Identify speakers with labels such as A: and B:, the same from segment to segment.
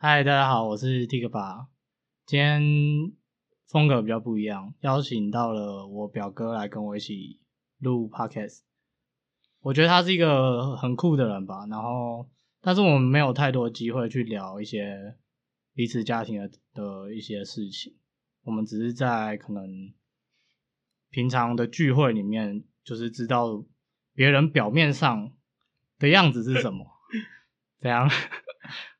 A: 嗨，大家好，我是 t i k 吧。今天风格比较不一样，邀请到了我表哥来跟我一起录 Podcast。我觉得他是一个很酷的人吧，然后但是我们没有太多机会去聊一些彼此家庭的的一些事情，我们只是在可能平常的聚会里面，就是知道别人表面上的样子是什么，怎样？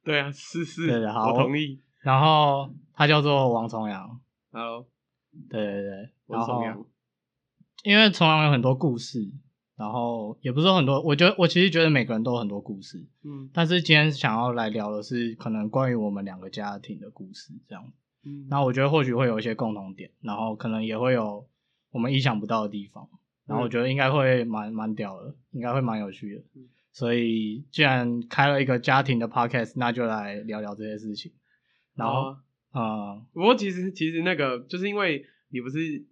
B: 对啊，
A: 对
B: 是是，
A: 的好
B: 我同意。
A: 然后他叫做王重阳，
B: 好，
A: 对对对，
B: 我是重
A: 然后
B: 阳。
A: 因为重阳有很多故事，然后也不是说很多，我觉得我其实觉得每个人都有很多故事，
B: 嗯
A: 但是今天想要来聊的是可能关于我们两个家庭的故事这样。
B: 嗯，
A: 那我觉得或许会有一些共同点，然后可能也会有我们意想不到的地方，然后我觉得应该会蛮蛮屌的，应该会蛮有趣的
B: 嗯。
A: 所以既然开了一个家庭的 podcast，那就来聊聊这些事情。然
B: 好
A: 后，
B: 啊
A: 嗯，
B: 不过其实其实那个就是因为你不是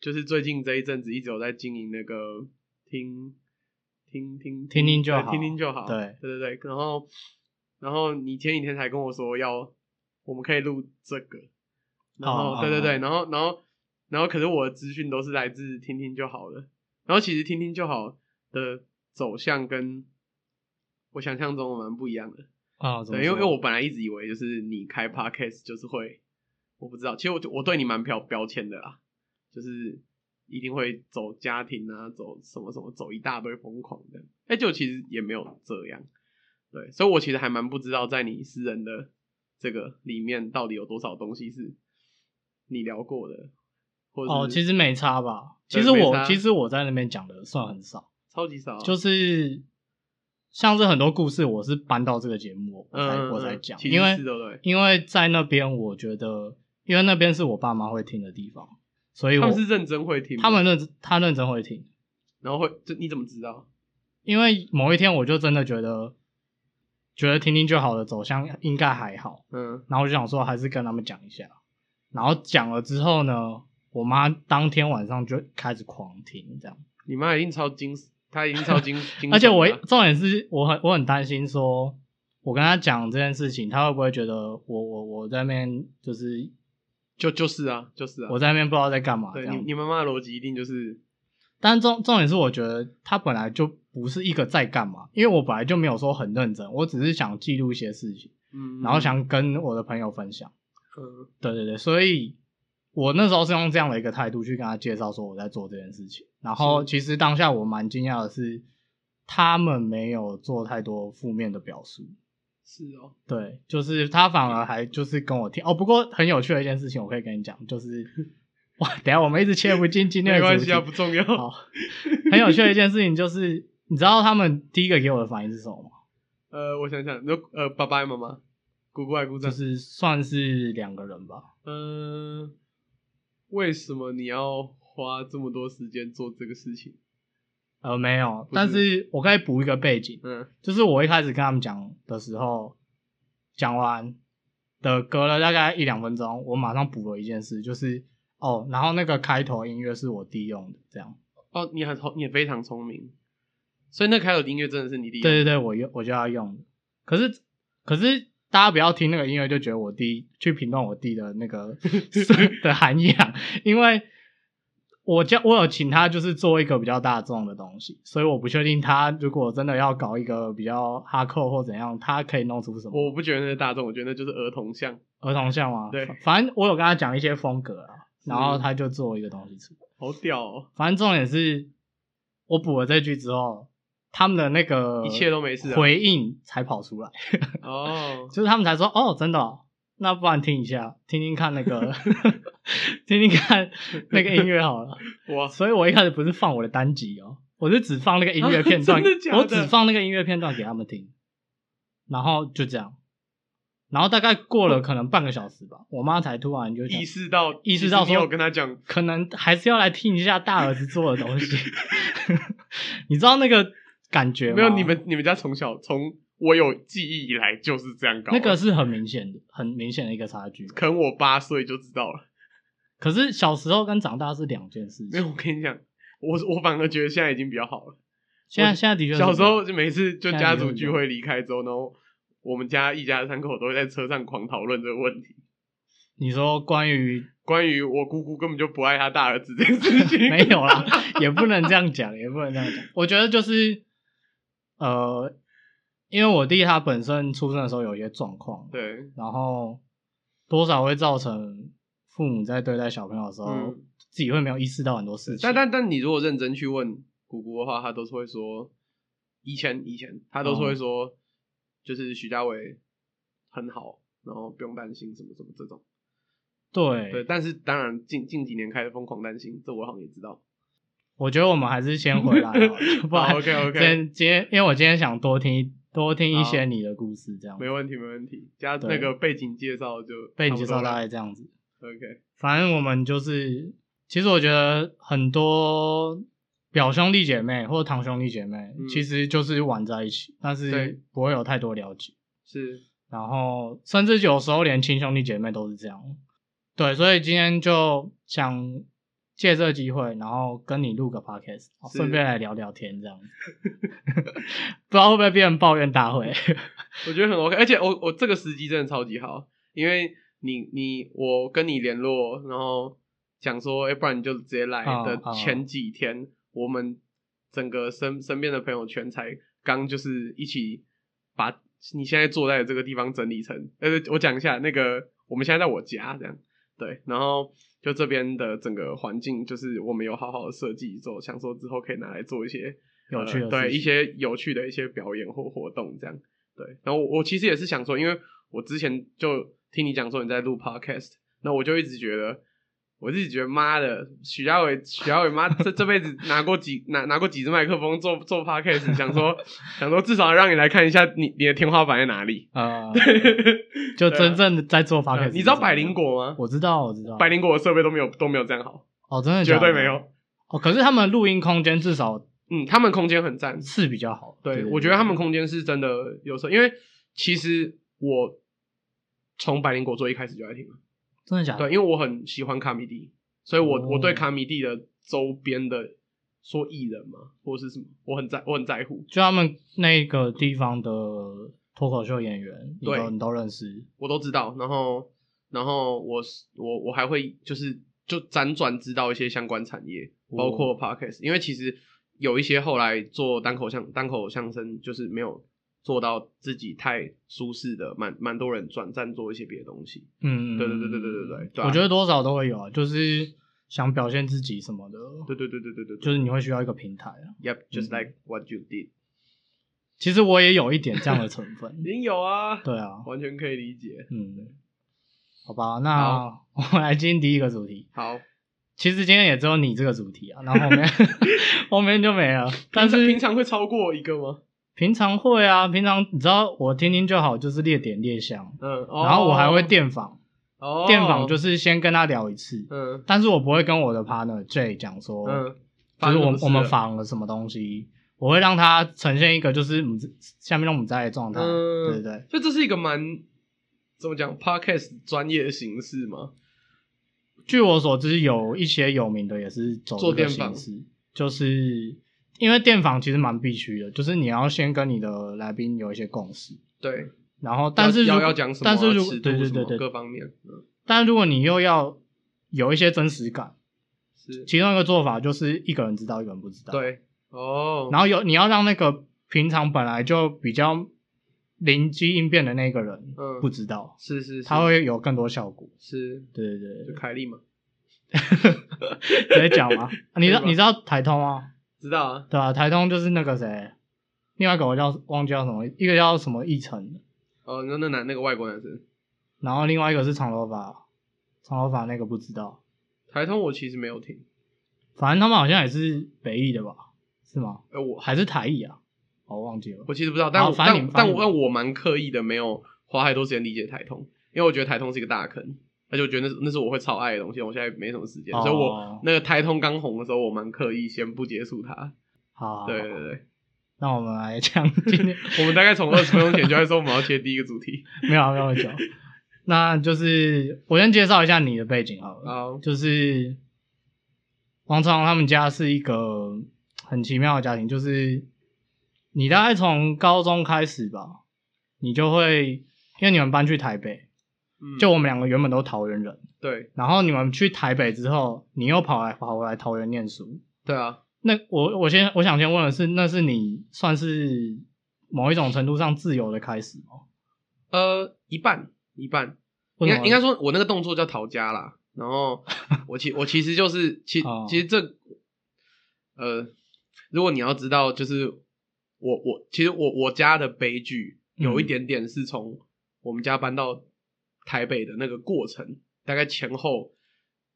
B: 就是最近这一阵子一直有在经营那个听听听
A: 听听就
B: 对
A: 好
B: 听听就好，
A: 对
B: 对对对。然后然后你前几天才跟我说要我们可以录这个，然后、
A: 哦
B: 对对
A: 哦
B: 对，然后然后然后可是我的资讯都是来自听听就好了，然后其实听听就好的走向跟我想象中蛮不一样的。
A: 啊，怎么
B: 对，因为因为
A: 说
B: 我本来一直以为就是你开 podcast 就是会，我不知道，其实我我对你蛮标标签的啦，就是一定会走家庭啊，走什么什么，走一大堆疯狂的。哎、就其实也没有这样，对，所以我其实还蛮不知道在你私人的这个里面到底有多少东西是你聊过的，或者
A: 哦，其
B: 实
A: 实没差吧。其
B: 对
A: 实
B: 没
A: 我
B: 差
A: 其实我在那边讲的算很少，
B: 超级少啊，
A: 就是像是很多故事，我是搬到这个节目我才、
B: 嗯
A: 我才
B: 嗯
A: 讲，
B: 其实
A: 因为
B: 是的对，
A: 因为在那边我觉得，因为那边是我爸妈会听的地方，所以
B: 他
A: 我
B: 们是认真会听吗，
A: 他们认真他认真会听，
B: 然后会，这你怎么知道？
A: 因为某一天我就真的觉得觉得听听就好的走向应该还好，
B: 嗯
A: 然后我就想说还是跟他们讲一下，然后讲了之后呢，我妈当天晚上就开始狂听这样，
B: 你妈已经超精，她已经超精 精神了，
A: 而且我重点是我很我很担心说，我跟她讲这件事情，她会不会觉得我我我在那边就是
B: 就就是啊，就是啊，
A: 我在那边不知道在干嘛这
B: 对你
A: 样，
B: 你妈妈的逻辑一定就是，
A: 但重重点是我觉得她本来就不是一个在干嘛，因为我本来就没有说很认真，我只是想记录一些事情，
B: 嗯，
A: 然后想跟我的朋友分享。
B: 嗯，
A: 对对对，所以我那时候是用这样的一个态度去跟他介绍说我在做这件事情。然后
B: 是
A: 其实当下我蛮惊讶的是，他们没有做太多负面的表述，
B: 是哦，
A: 对，就是他反而还就是跟我听哦。不过很有趣的一件事情，我可以跟你讲，就是哇，等一下我们一直切不进今天
B: 没
A: 的
B: 关
A: 主
B: 系啊，
A: 题
B: 不重要。
A: 好，很有趣的一件事情就是，你知道他们第一个给我的反应是什么吗？
B: 呃，我想想，那呃，爸爸妈妈，姑姑爱姑
A: 就
B: 丈，
A: 是算是两个人吧，
B: 嗯、为什么你要花这么多时间做这个事情？
A: 呃，没有，
B: 不是
A: 但是我可以补一个背景，
B: 嗯
A: 就是我一开始跟他们讲的时候，讲完的隔了大概一两分钟，我马上补了一件事，就是哦，然后那个开头音乐是我弟用的，这样。
B: 哦，你很聪，你也非常聪明，所以那开头的音乐真的是你第一，
A: 对对对，我用我就要用的。可是可是大家不要听那个音乐就觉得我弟去评论我弟的那个 的涵养，因为我叫我有请他就是做一个比较大众的东西，所以我不确定他如果真的要搞一个比较哈扣或怎样，他可以弄出什么。
B: 我不觉得那是大众，我觉得那就是儿童像，
A: 儿童像吗？
B: 对
A: 反反正我有跟他讲一些风格啊，
B: 是
A: 然后他就做一个东西出来。
B: 好屌哦，
A: 反正重点是，我补了这句之后，他们的那个
B: 一切都没事啊
A: 回应才跑出来，
B: 哦，
A: 就是他们才说哦，真的哦、那不然听一下，听听看那 个，听听看那个音乐好了。
B: 哇，
A: 所以我一开始不是放我的单集哦，我是只放那个音乐片段，
B: 啊真的假的
A: 我只放那个音乐片段给他们听，然后就这样，然后大概过了可能半个小时吧，我妈才突然就讲
B: 哦意识到
A: 意识到
B: 其实你
A: 说
B: 有跟他讲，
A: 可能还是要来听一下大儿子做的东西， 你知道那个感觉吗？
B: 没有，你们你们家从小从我有记忆以来就是这样搞的。
A: 那个是很明显的，很明显的一个差距。
B: 可能我八岁就知道了。
A: 可是小时候跟长大是两件事
B: 没有，
A: 情。
B: 我跟你讲，我我反而觉得现在已经比较好了。
A: 现在
B: 我
A: 现在的确是
B: 小时候就每次就家族聚
A: 现在
B: 会离开之后，然后我们家一家三口都会在车上狂讨论这个问题，
A: 你说关于
B: 关于我姑姑根本就不爱她大儿子这件事 情。
A: 没有啦，也不能这样讲，也不能这样讲。我觉得就是，呃，因为我弟他本身出生的时候有一些状况，
B: 对，
A: 然后多少会造成父母在对待小朋友的时候，
B: 嗯
A: 自己会没有意识到很多事情。
B: 但但但你如果认真去问姑姑的话，她都是会说，以前以前她都
A: 嗯
B: 是会说，就是徐家伟很好，然后不用担心什么什么这种。
A: 对，
B: 对，但是当然近近几年开始疯狂担心，这我好像也知道。
A: 我觉得我们还是先回来好 了，不然
B: OK
A: 今
B: OK，
A: 天今天，因为我今天想多听一多听一些
B: 好
A: 你的故事，这样
B: 没问题没问题，加
A: 对
B: 那个背景介绍就
A: 被你
B: 差
A: 介
B: 不多
A: 绍大
B: 了
A: 概这样子。
B: OK，
A: 反正我们就是，其实我觉得很多表兄弟姐妹或堂兄弟姐妹，
B: 嗯
A: 其实就是玩在一起，但
B: 对
A: 是不会有太多了解。
B: 是
A: 然后甚至有时候连亲兄弟姐妹都是这样。对，所以今天就想借这个机会，然后跟你录个 podcast，
B: 是
A: 顺便来聊聊天这样子。 不知道会不会变成抱怨大 会？
B: 我觉得很 OK，而且我我这个时机真的超级好，因为你你我跟你联络，然后讲说，哎、不然你就直接来
A: 哦
B: 的
A: 哦
B: 前几天，我们整个身身边的朋友圈才刚就是一起把你现在坐在的这个地方整理成，呃，我讲一下那个我们现在在我家这样，对，然后就这边的整个环境，就是我们有好好的设计之后，想说之后可以拿来做一些
A: 有趣的
B: 呃对
A: 事
B: 一
A: 情
B: 些有趣的一些表演或活动这样。对，然后我我其实也是想说，因为我之前就听你讲说你在录 podcast，那我就一直觉得，我自己觉得妈的，许家伟，许家伟妈这这辈子拿过几拿拿过几支麦克风做做 podcast，想说想说至少让你来看一下你你的天花板在哪里。
A: 呃，
B: 对
A: 就真正的在做 podcast，、
B: 啊你知道百灵？果吗？
A: 我知道，我知道。
B: 百灵果的设备都没有都没有这样好，
A: 哦，真的假
B: 绝
A: 的
B: 对没有。
A: 哦，可是他们录音空间至少
B: 嗯，他们空间很赞，
A: 是比较好。
B: 对，我觉得他们空间是真的有时候，因为其实我从百灵果做一开始就在听了，
A: 真的假的？
B: 对，因为我很喜欢卡米蒂，所以我、
A: 哦
B: 我对卡米蒂的周边的说艺人嘛，或是什么，我很在我很在乎，
A: 就他们那个地方的脱口秀演员，你
B: 对
A: 都你都认识。
B: 我都知道。然后然后我是我我还会就是就辗转知道一些相关产业，
A: 哦
B: 包括 podcast，因为其实有一些后来做单口相单口相声，就是没有做到自己太舒适的，蛮蛮多人转战做一些别的东西。
A: 嗯，
B: 对对对对对对对对啊
A: 我觉得多少都会有啊，就是想表现自己什么的，
B: 对对对对对对，
A: 就是你会需要一个平台啊。
B: Yep, just
A: 嗯
B: like what you did。
A: 其实我也有一点这样的成分
B: 已，经有啊，
A: 对啊，
B: 完全可以理解。
A: 嗯，好吧，那 我们来进第一个主题。
B: 好，
A: 其实今天也只有你这个主题啊，然后后 面后面就没了。但
B: 平常
A: 是
B: 平常会超过一个吗？
A: 平常会啊，平常你知道我听听就好，就是列点列项，
B: 嗯，哦
A: 然后我还会电访，
B: 哦
A: 电访就是哦先跟他聊一次，
B: 嗯
A: 但是我不会跟我的 partner J 讲说，
B: 嗯，
A: 就是我
B: 发生什么事
A: 我们
B: 了
A: 访了什么东西，我会让他呈现一个就是母子下面那种母在的状态，
B: 嗯
A: 对对对，
B: 就这是一个蛮怎么讲 podcast 专业的形式嘛？
A: 据我所知，有一些有名的也是走
B: 做
A: 这
B: 电
A: 个
B: 访
A: 形式，就是因为电访其实蛮必须的，就是你要先跟你的来宾有一些共识，
B: 对，
A: 然后但是如
B: 要
A: 果
B: 要要讲什么啊，
A: 但是如
B: 尺度
A: 对对
B: 什
A: 对
B: 么
A: 对，
B: 各方面，嗯，
A: 但如果你又要有一些真实感，
B: 是，
A: 其中一个做法就是一个人知道，一个人不知道，，
B: 对，哦，
A: 然后有你要让那个平常本来就比较灵机应变的那个人
B: 嗯
A: 不知道，
B: 是是，是
A: 他会有更多效果，
B: 是
A: 对对对
B: 就
A: 对，
B: 凯莉嘛，
A: 直接讲嘛，你知道
B: 对吧
A: 你知道台通吗？
B: 知道啊，
A: 对啊，台通就是那个谁，另外一个我叫忘记叫什么，一个叫什么奕晨，
B: 哦，那那男那个外国男生，
A: 然后另外一个是长头发，长头发那个不知道，
B: 台通我其实没有听，
A: 反正他们好像也是北艺的吧？是吗？
B: 哎，我
A: 还是台艺啊？哦我忘记了。
B: 我其实不知道，但我
A: 好反正你
B: 但
A: 们
B: 但
A: 反正
B: 我但我蛮刻意的，没有花太多时间理解台通，因为我觉得台通是一个大坑，而且我觉得那是那是我会超爱的东西，我现在没什么时间，
A: 哦
B: 所以我那个台通刚红的时候，我蛮刻意先不接触它。
A: 好，啊
B: 对对对，
A: 那我们来讲今天
B: 我们大概从二十分钟前就在说我们要切第一个主题。
A: 没有啊没有很久，那就是我先介绍一下你的背景好了，
B: 好，
A: 就是王长荣他们家是一个很奇妙的家庭，就是你大概从高中开始吧，你就会因为你们搬去台北，
B: 嗯，
A: 就我们两个原本都桃园人，
B: 对
A: 然后你们去台北之后，你又跑来跑回来桃园念书，
B: 对啊，
A: 那我我先我想先问的是，那是你算是某一种程度上自由的开始吗？
B: 呃，一半一半，
A: 为
B: 应
A: 什
B: 该
A: 么
B: 应该说，我那个动作叫逃家啦。然后我其我其实就是其
A: 哦
B: 其实这呃，如果你要知道，就是我我其实我我家的悲剧有一
A: 嗯
B: 点点是从我们家搬到台北的那个过程，大概前后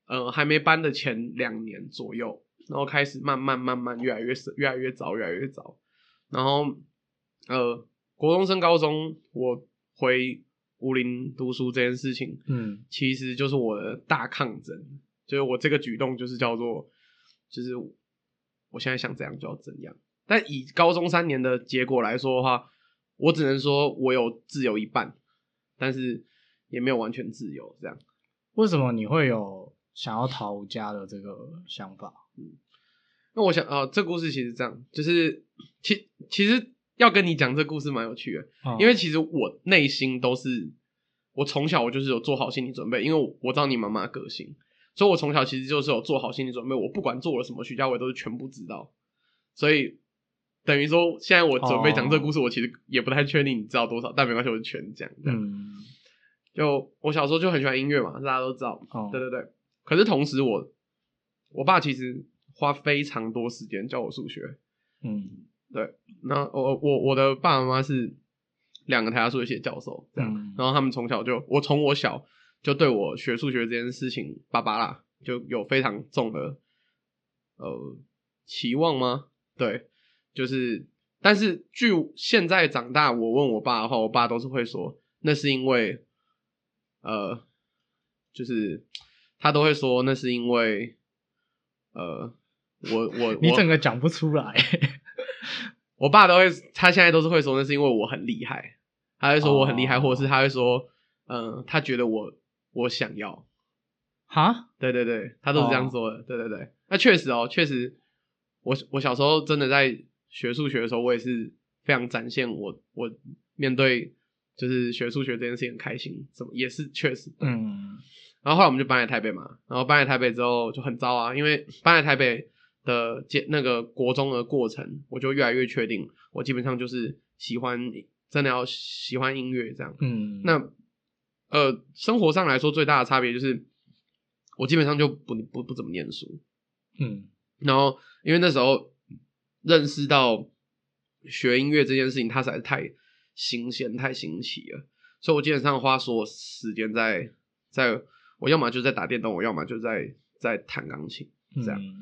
B: 呃还没搬的前两年左右，然后开始慢慢慢慢越来越越来越早越来越早，然后呃国中升高中我回武林读书这件事情，
A: 嗯
B: 其实就是我的大抗争，就是我这个举动就是叫做，就是我现在想怎样就要怎样。但以高中三年的结果来说的话，我只能说我有自由一半，但是也没有完全自由。这样，
A: 为什么你会有想要逃家的这个想法？
B: 那我想啊、呃这故事其实这样，就是其其实要跟你讲这故事蛮有趣的，
A: 嗯
B: 因为其实我内心都是，我从小我就是有做好心理准备，因为我我知道你妈妈的个性，所以我从小其实就是有做好心理准备，我不管做了什么，徐家伟都是全部知道，所以等于说现在我准备讲这个故事，我其实也不太确定你知道多少，但没关系，我就全讲。这样，
A: 嗯
B: 就我小时候就很喜欢音乐嘛，大家都知道，
A: 哦
B: 对对对。可是同时我我爸其实花非常多时间教我数学，
A: 嗯
B: 那我我我的爸爸妈妈是两个台大数学系的教授，这样，
A: 嗯
B: 然后他们从小就我从我小就对我学数学这件事情，爸爸啦就有非常重的呃期望吗？对，就是，但是据现在长大，我问我爸的话，我爸都是会说，那是因为呃，就是他都会说那是因为呃。我我
A: 你
B: 我
A: 整个讲不出 来，
B: 我爸都会，他现在都是会说，那是因为我很厉害，他会说我很厉害，
A: 哦
B: 或者是他会说，嗯、他觉得我我想要，
A: 哈，
B: 对对对，他都是这样说的，对对对。那确实哦，确实，我我小时候真的在学数学的时候，我也是非常展现我我面对就是学数学这件事情很开心，什么也是确实，
A: 嗯
B: 然后后来我们就搬来台北嘛，然后搬来台北之后就很糟啊，因为搬来台北的接那个国中的过程，我就越来越确定，我基本上就是喜欢真的要喜欢音乐这样。
A: 嗯，
B: 那呃，生活上来说最大的差别就是，我基本上就不不不怎么念书，
A: 嗯
B: 然后因为那时候认识到学音乐这件事情，它实在是太新鲜、太新奇了，所以我基本上花所有时间在在我要么就在打电动，我要么就在在弹钢琴。这样
A: 嗯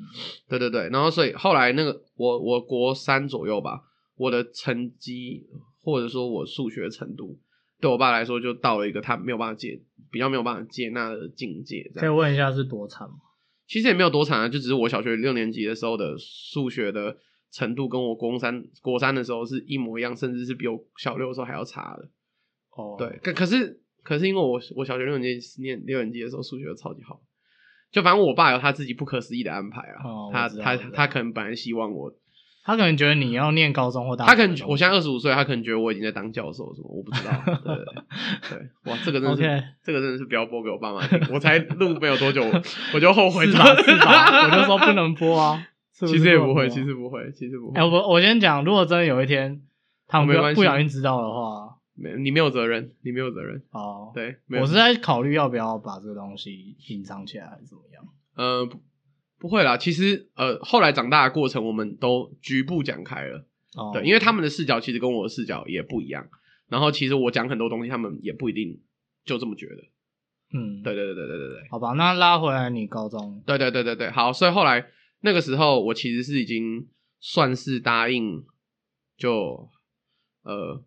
B: 对对对，然后所以后来那个我我国三左右吧，我的成绩或者说我数学程度，对我爸来说就到了一个他没有办法接比较没有办法接纳的境界。这样
A: 可以问一下是多惨吗？
B: 其实也没有多惨啊，就只是我小学六年级的时候的数学的程度，跟我国三国三的时候是一模一样，甚至是比我小六的时候还要差的。
A: 哦，
B: 对，，可可是可是因为我我小学六年级念六年级的时候数学都超级好，就反正我爸有他自己不可思议的安排啊，
A: 哦
B: 他
A: 我知道
B: 他
A: 我知道
B: 他可能本来希望我，
A: 他可能觉得你要念高中或大学
B: 他可
A: 的东
B: 能
A: 西，
B: 我现在二十五岁，他可能觉得我已经在当教授什么，我不知道。 对对对，对哇，这个真的是
A: OK
B: 这个真的是不要播给我爸妈听，我才录没有多久，我我就后 悔
A: 是
B: 到
A: 吧是吧？我就说不能播啊，是
B: 其实也不
A: 能播
B: 会，
A: 啊
B: 其实不会，其实不会哦
A: 哎、。我我先讲，如果真的有一天他们
B: 没
A: 不
B: 关系
A: 不小心知道的话，
B: 没，你没有责任，你没有责任。
A: 哦，，
B: 对，没有。
A: 我是在考虑要不要把这个东西隐藏起来，还是怎么样？
B: 呃，不不会啦。其实呃，后来长大的过程，我们都局部讲开了。
A: 哦，
B: 对，因为他们的视角其实跟我的视角也不一样。然后其实我讲很多东西，他们也不一定就这么觉得。
A: 嗯，
B: 对，对对对对对对
A: 好吧，那拉回来你高中，
B: 对对对对对。好，所以后来那个时候，我其实是已经算是答应就呃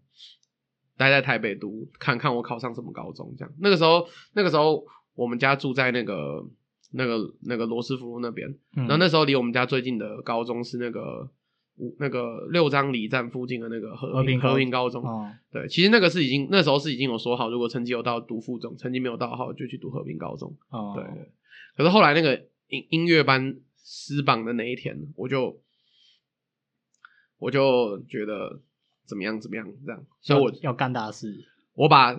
B: 待在台北读，看看我考上什么高中这样。那个时候，那个时候我们家住在那个那个那个罗斯福路那边，
A: 嗯
B: 然后那时候离我们家最近的高中是那个五那个六张里站附近的那个和
A: 和平
B: 平
A: 高
B: 和平高中。
A: 哦，
B: 对，其实那个是已经那时候是已经有说好，如果成绩有到读附中，成绩没有到的话，我就去读和平高中。
A: 哦，
B: 对，对可是后来那个音音乐班失榜的那一天，我就我就觉得怎么样怎么样这样，所以我
A: 要干大事，
B: 我把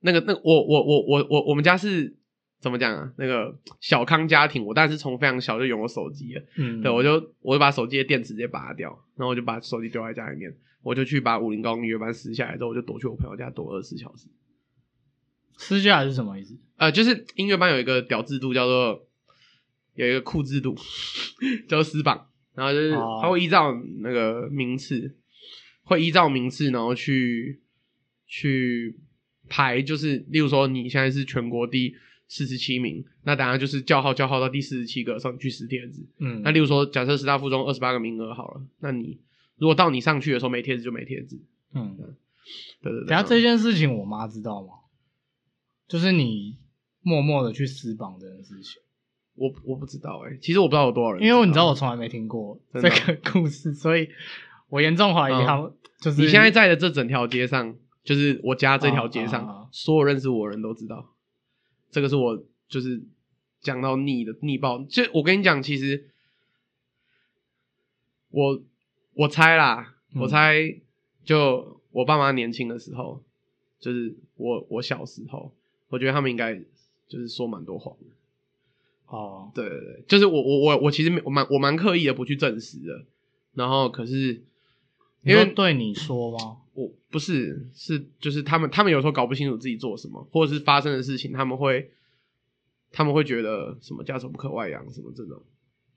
B: 那个那个我我我我我我们家是怎么讲啊？那个小康家庭，我当然是从非常小就拥有手机了。
A: 嗯，
B: 对，我就我就把手机的电池直接拔掉，然后我就把手机丢在家里面，我就去把武林高中音乐班撕下来之后，我就躲去我朋友家躲二十四小时。
A: 私下是什么意思？
B: 呃，就是音乐班有一个屌制度，叫做有一个酷制度，叫做私榜，然后就是
A: 哦
B: 他会依照那个名次，会依照名次，然后去去排，就是例如说你现在是全国第四十七名，那当然就是叫号叫号到第四十七个上去撕贴纸。
A: 嗯，
B: 那例如说，假设师大附中二十八个名额好了，那你如果到你上去的时候没贴纸就没贴纸，
A: 嗯，
B: 对对对。
A: 等下这件事情我妈知道吗？就是你默默的去私榜这件事情，
B: 我我不知道哎、其实我不知道有多少人，
A: 因为你知道我从来没听过
B: 真
A: 这
B: 的吗
A: 个故事，所以我严重怀疑他们就是
B: 你现在在的这整条街上，就是我家这条街上，
A: 啊啊啊
B: 所有认识我的人都知道，这个是我就是讲到腻的腻爆。就我跟你讲，其实我我猜啦，
A: 嗯
B: 我猜就我爸妈年轻的时候，就是我我小时候，我觉得他们应该就是说蛮多谎的。
A: 哦，
B: 对对对，就是我我我我其实没我蛮我蛮刻意的不去证实的，然后可是
A: 你
B: 因
A: 说
B: 为
A: 对你说吗？
B: 我不是是就是他们他们有时候搞不清楚自己做什么，或者是发生的事情，他们会他们会觉得什么家丑不可外扬什么这种，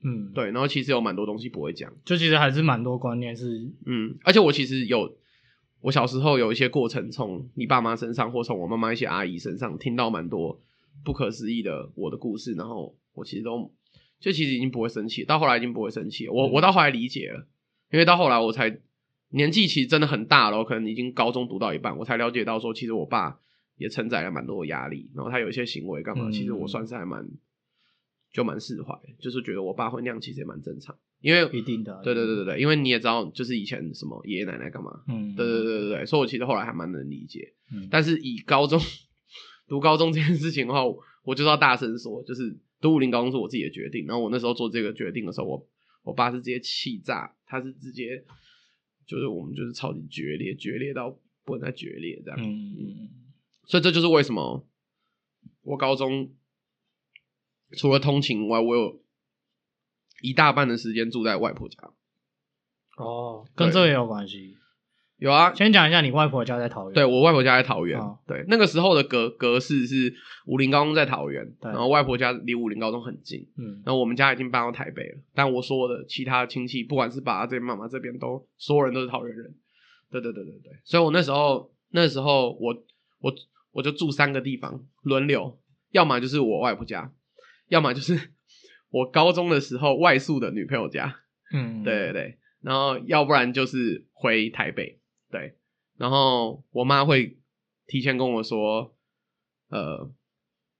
A: 嗯，，
B: 对，然后其实有蛮多东西不会讲，
A: 就其实还是蛮多观念是，
B: 嗯，而且我其实有我小时候有一些过程，从你爸妈身上或从我妈妈一些阿姨身上听到蛮多不可思议的我的故事，然后我其实都就其实已经不会生气，到后来已经不会生气了，我我到后来理解了，因为到后来我才年纪其实真的很大了，我可能已经高中读到一半，我才了解到说，其实我爸也承载了蛮多的压力，然后他有一些行为干嘛，
A: 嗯
B: 其实我算是还蛮就蛮释怀，就是觉得我爸会那样其实也蛮正常，因为
A: 一定的
B: 对对对对对，因为你也知道，就是以前什么爷爷奶奶干嘛，
A: 嗯，
B: 对对对对对，所以我其实后来还蛮能理解。
A: 嗯，
B: 但是以高中 读高中这件事情的话，我就是要大声说，就是读武林高中是我自己的决定。然后我那时候做这个决定的时候，我我爸是直接气炸，他是直接就是我们就是超级决裂，决裂到不能再决裂这样。
A: 嗯嗯
B: 所以这就是为什么我高中除了通勤以外，我有一大半的时间住在外婆家。
A: 哦，跟这个也有关系。
B: 有啊，
A: 先讲一下你外婆家在桃园，
B: 对，我外婆家在桃园，
A: 哦
B: 对，那个时候的格格式是武林高中在桃园，
A: 对
B: 然后外婆家离武林高中很近，
A: 嗯，
B: 然后我们家已经搬到台北了，但我所有的其他亲戚，不管是爸爸这边、妈妈这边，都所有人都是桃园人，对对对对对，所以我那时候那时候我我我就住三个地方轮流，要么就是我外婆家，要么就是 我高中的时候外宿的女朋友家，
A: 嗯，
B: 对对对，然后要不然就是回台北，对，然后我妈会提前跟我说，呃，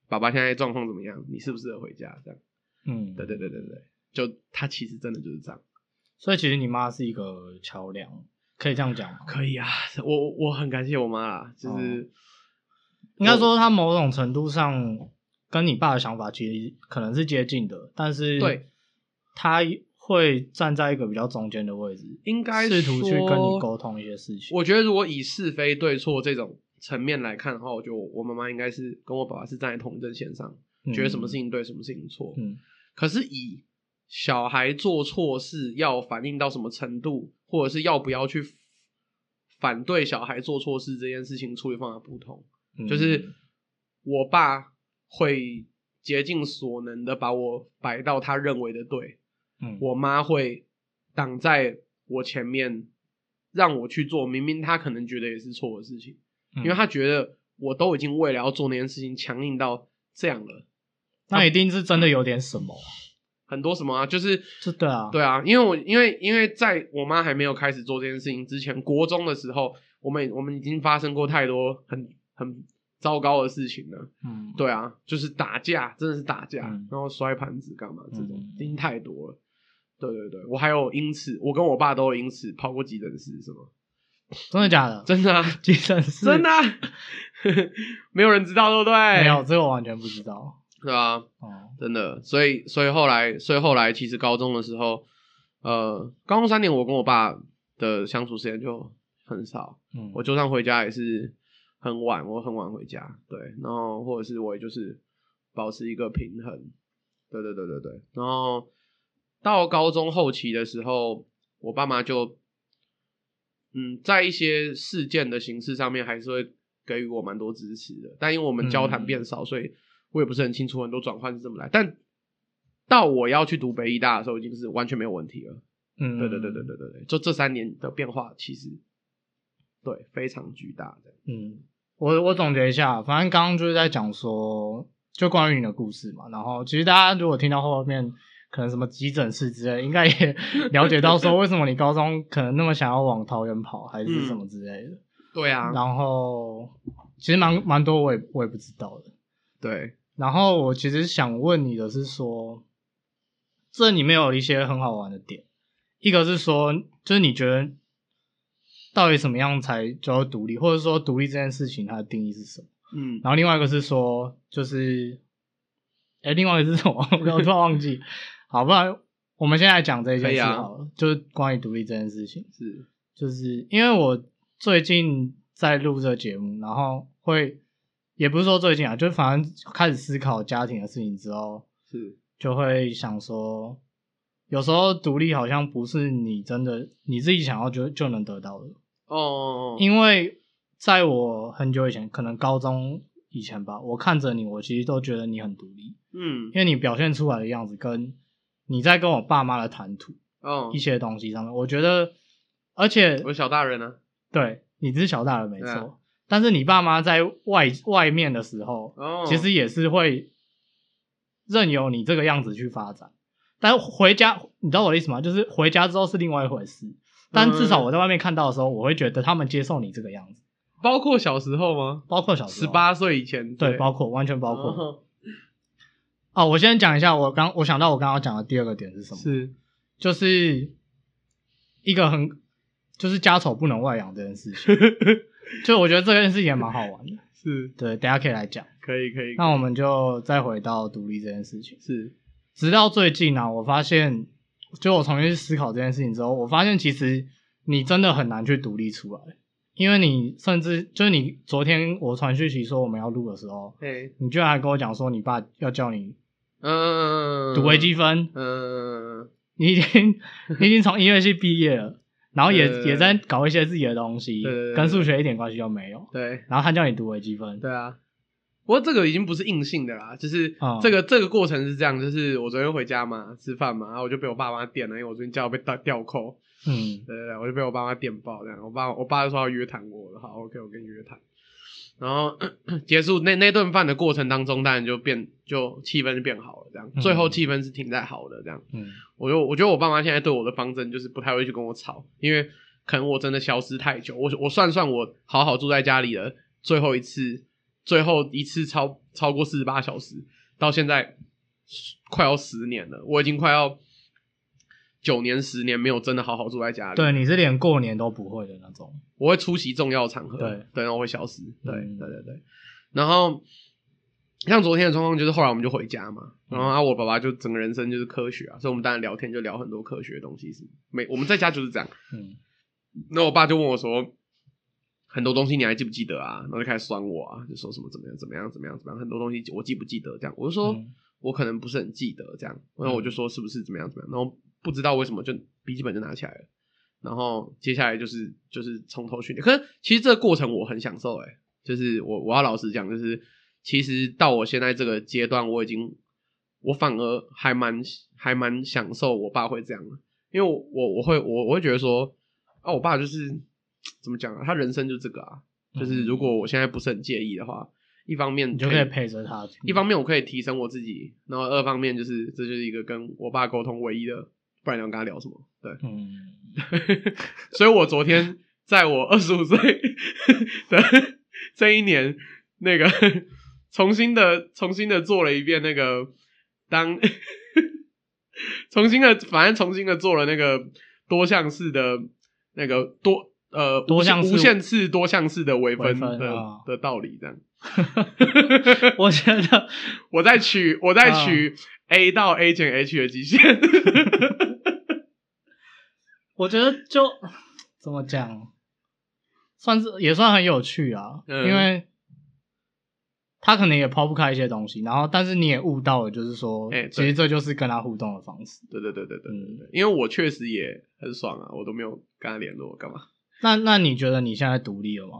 B: 爸爸现在状况怎么样？你适不适合回家？这样，
A: 嗯，
B: 对对对对对，就他其实真的就是这样。
A: 所以其实你妈是一个桥梁，可以这样讲吗？
B: 可以啊，我我很感谢我妈啦，就是、
A: 应该说她某种程度上跟你爸的想法其实可能是接近的，但是
B: 对，
A: 她会站在一个比较中间的位置，
B: 应该
A: 试图去跟你
B: 说
A: 沟通一些事情。
B: 我觉得如果以是非对错这种层面来看的话，我觉得我我妈妈应该是跟我爸爸是站在同一阵线上，觉得什么事情对，什么事情错。
A: 嗯，
B: 可是以小孩做错事要反应到什么程度，或者是要不要去反对小孩做错事这件事情，处理方法不同。
A: 嗯，
B: 就是我爸会竭尽所能的把我摆到他认为的对，
A: 嗯，
B: 我妈会挡在我前面，让我去做明明他可能觉得也是错的事情。
A: 嗯
B: 因为他觉得我都已经为了要做那件事情强硬到这样了，
A: 那一定是真的有点什么啊，
B: 很多什么啊，就是
A: 这对啊，
B: 对啊，因为我因为因为在我妈还没有开始做这件事情之前，国中的时候，我们我们已经发生过太多很很糟糕的事情了。
A: 嗯，
B: 对啊，就是打架，真的是打架，
A: 嗯
B: 然后摔盘子干嘛这种，
A: 嗯
B: 已经太多了。对对对，我还有因此，我跟我爸都有因此跑过急诊室，是吗？
A: 真的假 的？
B: 真的啊，
A: 急诊室
B: 真的、欸啊， 没有人知道，对不对？
A: 没有，，这个我完全不知道。
B: 对啊，
A: 哦，
B: 真的，所以所以后来，所以后来其实高中的时候，呃，高中三年我跟我爸的相处时间就很少。
A: 嗯，
B: 我就算回家也是呃很晚，我很晚回家，对，然后或者是我也就是保持一个平衡，对对对对对。然后到高中后期的时候，我爸妈就嗯，在一些事件的形式上面还是会给予我蛮多支持的，但因为我们交谈变少，所以我也不是很清楚很多转换是怎么来，但。到我要去读北医大的时候，已经是完全没有问题了。
A: 嗯，
B: 对对对对对对对，就这三年的变化，其实对非常巨大的。
A: 嗯，我我总结一下，反正刚刚就是在讲说，就关于你的故事嘛。然后其实大家如果听到后面可能什么急诊室之类，应该也 了解到说为什么你高中可能那么想要往桃园跑，还是什么之类的。
B: 对啊，
A: 然后其实蛮蛮多我也我也不知道的。
B: 对，
A: 然后我其实想问你的是说，这里面有一些很好玩的点，一个是说，就是你觉得到底什么样才叫做独立，或者说独立这件事情它的定义是什么？
B: 嗯，
A: 然后另外一个是说，就是，哎，另外一个是什么？我突然忘记。好，不然我们现在来讲这一
B: 可
A: 件
B: 以
A: 事
B: 啊
A: 好了，就是关于独立这件事情。
B: 是，
A: 就是因为我最近在录这个节目，然后会也不是说最近啊，就是反正开始思考家庭的事情之后，
B: 是，
A: 就会想说，有时候独立好像不是你真的你自己想要就就能得到的，
B: 哦，
A: 因为在我很久以前，可能高中以前吧，我看着你，我其实都觉得你很独立，因，
B: 嗯
A: 为你表现出来的样子跟你在跟我爸妈的谈吐
B: 哦
A: 一，些东西上面，我觉得，而且
B: 我是小大人呢，
A: 对，你是小大人没错，
B: 嗯对啊
A: 但是你爸妈在外外面的时候，
B: 哦，
A: 其实也是会任由你这个样子去发展。但回家，你知道我的意思吗？就是回家之后是另外一回事。但至少我在外面看到的时候，我会觉得他们接受你这个样子，
B: 包括小时候吗？
A: 包括小时
B: 十
A: 候，
B: 八岁嗯以前，
A: 对，包括完全包括。哦
B: 括
A: 我先讲一下，我刚我想到我刚刚讲的第二个点是什么？
B: 是，
A: 就是一个很就是家丑不能外扬这件事情。 就我觉得这件事情也蛮好玩的。
B: 是，
A: 对，等一下可以来讲。
B: 可以，可以，
A: 那我们就再回到独立这件事情，
B: 是，
A: 直到最近啊，我发现，就我重新去思考这件事情之后，我发现其实你真的很难去独立出来，因为你甚至就是你昨天我传讯息说我们要录的时候，
B: 哎，
A: 你居然还跟我讲说你爸要叫你
B: 嗯，
A: 读微积分，
B: 嗯，
A: 你已经你已经从音乐系毕业了，然后也、
B: 对
A: 也在搞一些自己的东西，
B: 对对对
A: 跟数学一点关系都没有，
B: 对，
A: 然后他叫你读微积分，
B: 对啊。不过这个已经不是硬性的啦，就是
A: 哦
B: 这个、这个过程是这样，就是我昨天回家嘛，吃饭嘛，然后我就被我爸妈点了，因为我昨天叫我被吊吊扣，
A: 嗯
B: 对对对，我就被我爸妈电爆这样，我爸我爸就说要约谈我了，好，OK，我跟你约谈。然后 结束那那顿饭的过程当中，当然就变就气氛就变好了，这样
A: 嗯
B: 最后气氛是停在好的这样。
A: 嗯
B: 我就我觉得我爸妈现在对我的方针就是不太会去跟我吵，因为可能我真的消失太久。我我算算我好好住在家里的最后一次，最后一次超超过四十八小时，到现在快要十年了，我已经快要九年十年没有真的好好住在家里。
A: 对，你是连过年都不会的那种。
B: 我会出席重要场合，
A: 对
B: 对，然后我会消失，对，
A: 嗯
B: 对对对。然后像昨天的状况就是，后来我们就回家嘛，然
A: 嗯
B: 后啊，我爸爸就整个人生就是科学啊，所以我们当然聊天就聊很多科学的东西，是每我们在家就是这样。
A: 嗯
B: 那我爸就问我说，很多东西你还记不记得啊？然后就开始酸我啊，就说什么怎么样怎么样怎么样怎么样，很多东西我记不记得这样，我就说。
A: 嗯
B: 我可能不是很记得这样，然后我就说是不是怎么样怎么样，然后不知道为什么就笔记本就拿起来了，然后接下来就是就是从头训练。可是其实这个过程我很享受、欸，就是我我要老实讲，就是其实到我现在这个阶段，我已经我反而还蛮还蛮享受我爸会这样的，因为我我我会我我会觉得说啊，我爸就是怎么讲啊，他人生就这个啊，就是如果我现在不是很介意的话，一方面
A: 嗯你就可以陪着他。
B: 一方面我可以提升我自己，然后二方面就是这就是一个跟我爸沟通唯一的，不然你要跟他聊什么？对，
A: 嗯，
B: 所以我昨天在我二十五岁的这一年，那个重新的重新的做了一遍那个当 重新的反正重新的做了那个多项式的那个多呃
A: 多项式
B: 无限次多项式的微分
A: 微分
B: 的、
A: 啊
B: 的道理这样。
A: 我觉得
B: 我在取我在取 A 到 A 减 H 的极限。
A: 我觉得就怎么讲，算是也算很有趣啊，
B: 嗯
A: 因为他可能也抛不开一些东西，然后但是你也悟到了，就是说，
B: 哎对
A: 其实这就是跟他互动的方式。
B: 对对对对对对
A: 嗯
B: 对，因为我确实也很爽啊，我都没有跟他联络干嘛。
A: 那那你觉得你现在独立了吗？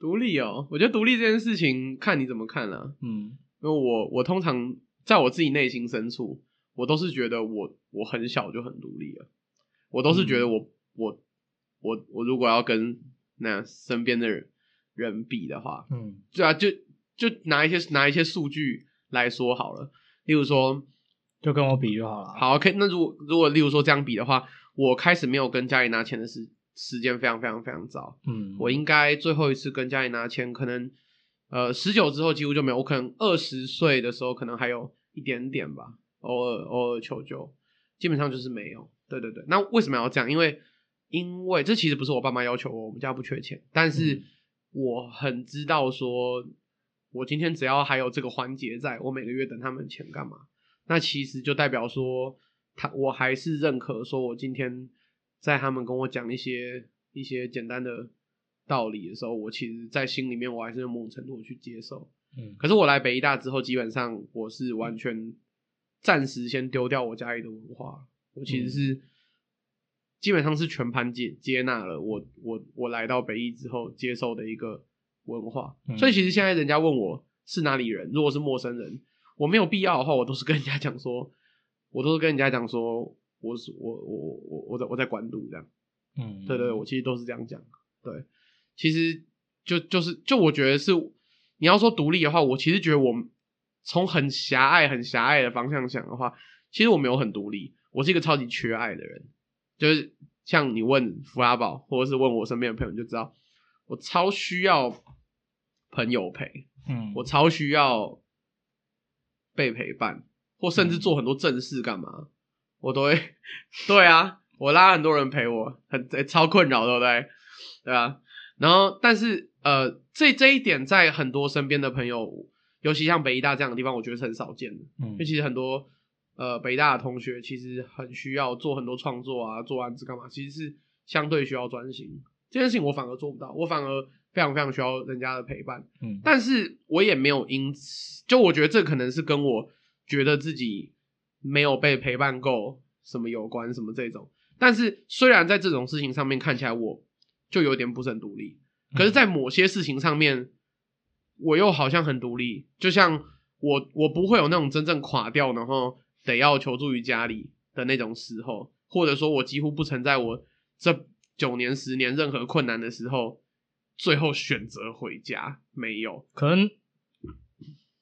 B: 独立哦，我觉得独立这件事情看你怎么看啦、
A: 嗯
B: 因为我我通常在我自己内心深处，我都是觉得我我很小就很独立了，我都是觉得我、我我我如果要跟那身边的人人比的话，
A: 嗯
B: 对啊，就就拿一些拿一些数据来说好了，例如说，
A: 就跟我比就好了。，
B: 好，可以，那如果如果例如说这样比的话，我开始没有跟家里拿钱的时时间非常非常非常早，
A: 嗯，
B: 我应该最后一次跟家里拿钱，可能呃十九之后几乎就没有，我可能二十岁的时候可能还有一点点吧，偶尔偶尔求救，基本上就是没有。对对对，那为什么要这样？因为因为这其实不是我爸妈要求我，我们家不缺钱，但是
A: 嗯
B: 我很知道说，我今天只要还有这个环节在，我每个月等他们钱干嘛？那其实就代表说，他我还是认可说，我今天在他们跟我讲一些一些简单的道理的时候，我其实，在心里面我还是某种程度去接受。
A: 嗯
B: 可是我来北医大之后，基本上我是完全暂时先丢掉我家里的文化，我其实是、基本上是全盘接接纳了我我我来到北医之后接受的一个文化，
A: 嗯
B: 所以其实现在人家问我是哪里人，如果是陌生人，我没有必要的话，我都是跟人家讲说，我都是跟人家讲说。我是我我我我我在我在关渡这样，
A: 嗯，
B: 对对，对我其实都是这样讲。对，其实就就是就我觉得是，你要说独立的话，我其实觉得我们从很狭隘、很狭隘的方向想的话，其实我没有很独立，我是一个超级缺爱的人。就是像你问福拉宝，或者是问我身边的朋友，你就知道我超需要朋友陪，
A: 嗯，
B: 我超需要被陪伴，或甚至做很多正事干嘛，我都会。 对啊，我拉很多人陪我，很、欸超困扰，对不对？对啊。然后，但是呃，这这一点在很多身边的朋友，尤其像北医大这样的地方，我觉得是很少见的。
A: 嗯
B: 因为其实很多呃北大的同学其实很需要做很多创作啊、做案子干嘛，其实是相对需要专心。这件事情我反而做不到，我反而非常非常需要人家的陪伴，
A: 嗯
B: 但是我也没有因此，就我觉得这可能是跟我觉得自己没有被陪伴够什么有关，什么这种。但是虽然在这种事情上面看起来我就有点不是很独立，
A: 嗯
B: 可是，在某些事情上面，我又好像很独立。就像我，我不会有那种真正垮掉，然后得要求助于家里的那种时候，或者说，我几乎不曾在我这九年、十年任何困难的时候，最后选择回家。没有，
A: 可能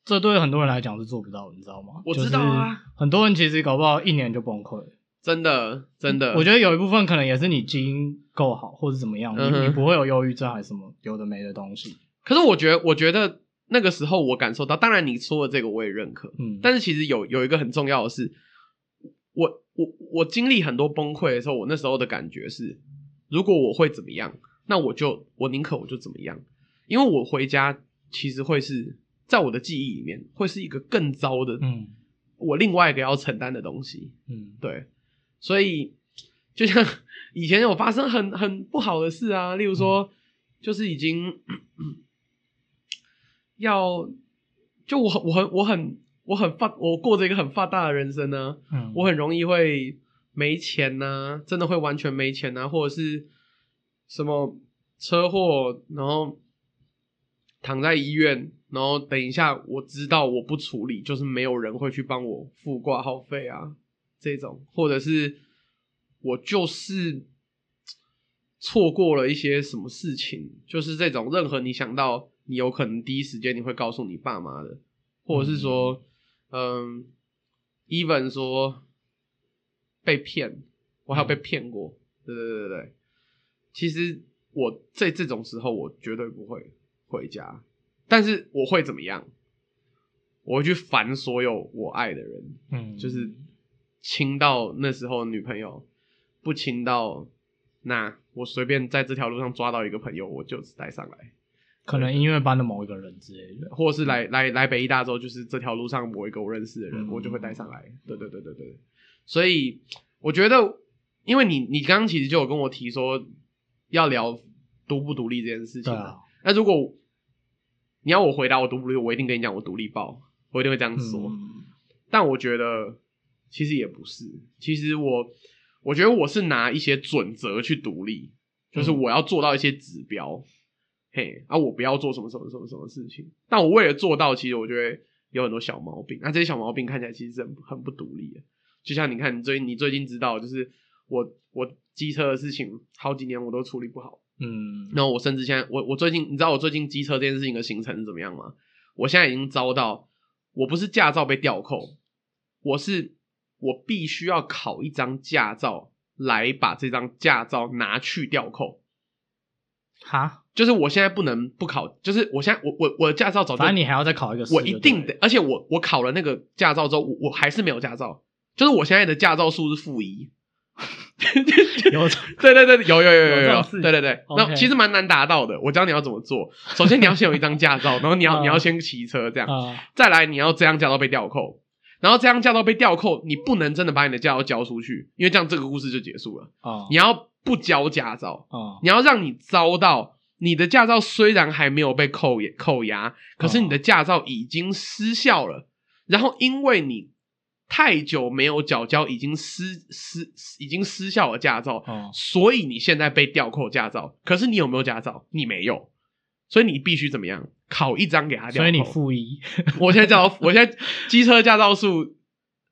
A: 这对很多人来讲是做不到的，你知道吗？
B: 我知道啊，
A: 很多人其实搞不好一年就崩溃了。
B: 真的，真的，
A: 嗯我觉
B: 得
A: 得有一部分可能也是你基因够好，或者怎么样，
B: 嗯哼
A: 你你不会有忧郁症还是什么有的没的东西。，
B: 可是我觉得，我觉得那个时候我感受到，当然你说的这个我也认可，
A: 嗯，
B: 但是其实有有一个很重要的是，我我我经历很多崩溃的时候，我那时候的感觉是，如果我会怎么样，那我就我宁可我就怎么样，因为我回家其实会是在我的记忆里面会是一个更糟的，
A: 嗯
B: 我另外一个要承担的东西，
A: 嗯
B: 对，所以就像以前有发生很很不好的事啊，例如说，就是已经要就我很我很我很我很发我过着一个很发达的人生呢、
A: 嗯，
B: 我很容易会没钱呐、真的会完全没钱呐、或者是什么车祸，然后躺在医院，然后等一下我知道我不处理，就是没有人会去帮我付挂号费啊，这种，或者是我就是错过了一些什么事情，就是这种任何你想到你有可能第一时间你会告诉你爸妈的，或者是说，嗯，even 说被骗，我还有被骗过，对对对对对，其实我在这种时候我绝对不会回家，但是我会怎么样？我会去烦所有我爱的人，
A: 嗯
B: 就是亲到那时候的女朋友，不亲到那我随便在这条路上抓到一个朋友，我就带上来，
A: 可能音乐班的某一个人之类的。
B: 或是来来来北医大之后，就是这条路上某一个我认识的人，
A: 嗯
B: 我就会带上来。对对对对对，所以我觉得，因为你你刚刚其实就有跟我提说要聊独不独立这件事情
A: 对
B: 啊、
A: 啊，
B: 那如果你要我回答我独不独立，我一定跟你讲我独立爆，我一定会这样说。
A: 嗯
B: 但我觉得其实也不是，其实我我觉得我是拿一些准则去独立，就是
A: 嗯
B: 我要做到一些指标，嘿啊，我不要做什么什么什么什么事情。但我为了做到，其实我就会有很多小毛病。那、这些小毛病看起来其实是很很不独立的，就像你看，你最你最近知道，就是我我机车的事情，好几年我都处理不好。
A: 嗯，
B: 那我甚至现在，我我最近，你知道我最近机车这件事情的行程是怎么样吗？我现在已经遭到，我不是驾照被吊扣，我是我必须要考一张驾照来把这张驾照拿去吊扣。
A: 哈，
B: 就是我现在不能不考，就是我现在我我我的驾照早就
A: 反正你还要再考一个试，
B: 我一定得，，而且我我考了那个驾照之后，我我还是没有驾照，就是我现在的驾照数是负一。
A: 有
B: 对对对，有有有有
A: 有这
B: 有
A: 种
B: 有，
A: 事
B: 对对对，那
A: OK
B: 其实蛮难达到的。我教你要怎么做，首先你要先有一张 驾照，然后你要
A: 嗯
B: 你要先骑车这样，
A: 啊，
B: 再来你要这张驾照被吊扣，然后这张驾照被吊扣，你不能真的把你的驾照交出去，因为这样这个故事就结束了。
A: 哦
B: 你要不交驾照，
A: 哦，
B: 你要让你遭到你的驾照虽然还没有被扣扣押，可是
A: 嗯
B: 你的驾照已经失效了。然后因为你太久没有缴交已经失失已经失效的驾照，
A: 哦
B: 所以你现在被吊扣驾照。可是你有没有驾照？你没有，所以你必须怎么样？考一张给他吊扣。
A: 所以你负一
B: 我现在驾照，我现在机车驾照数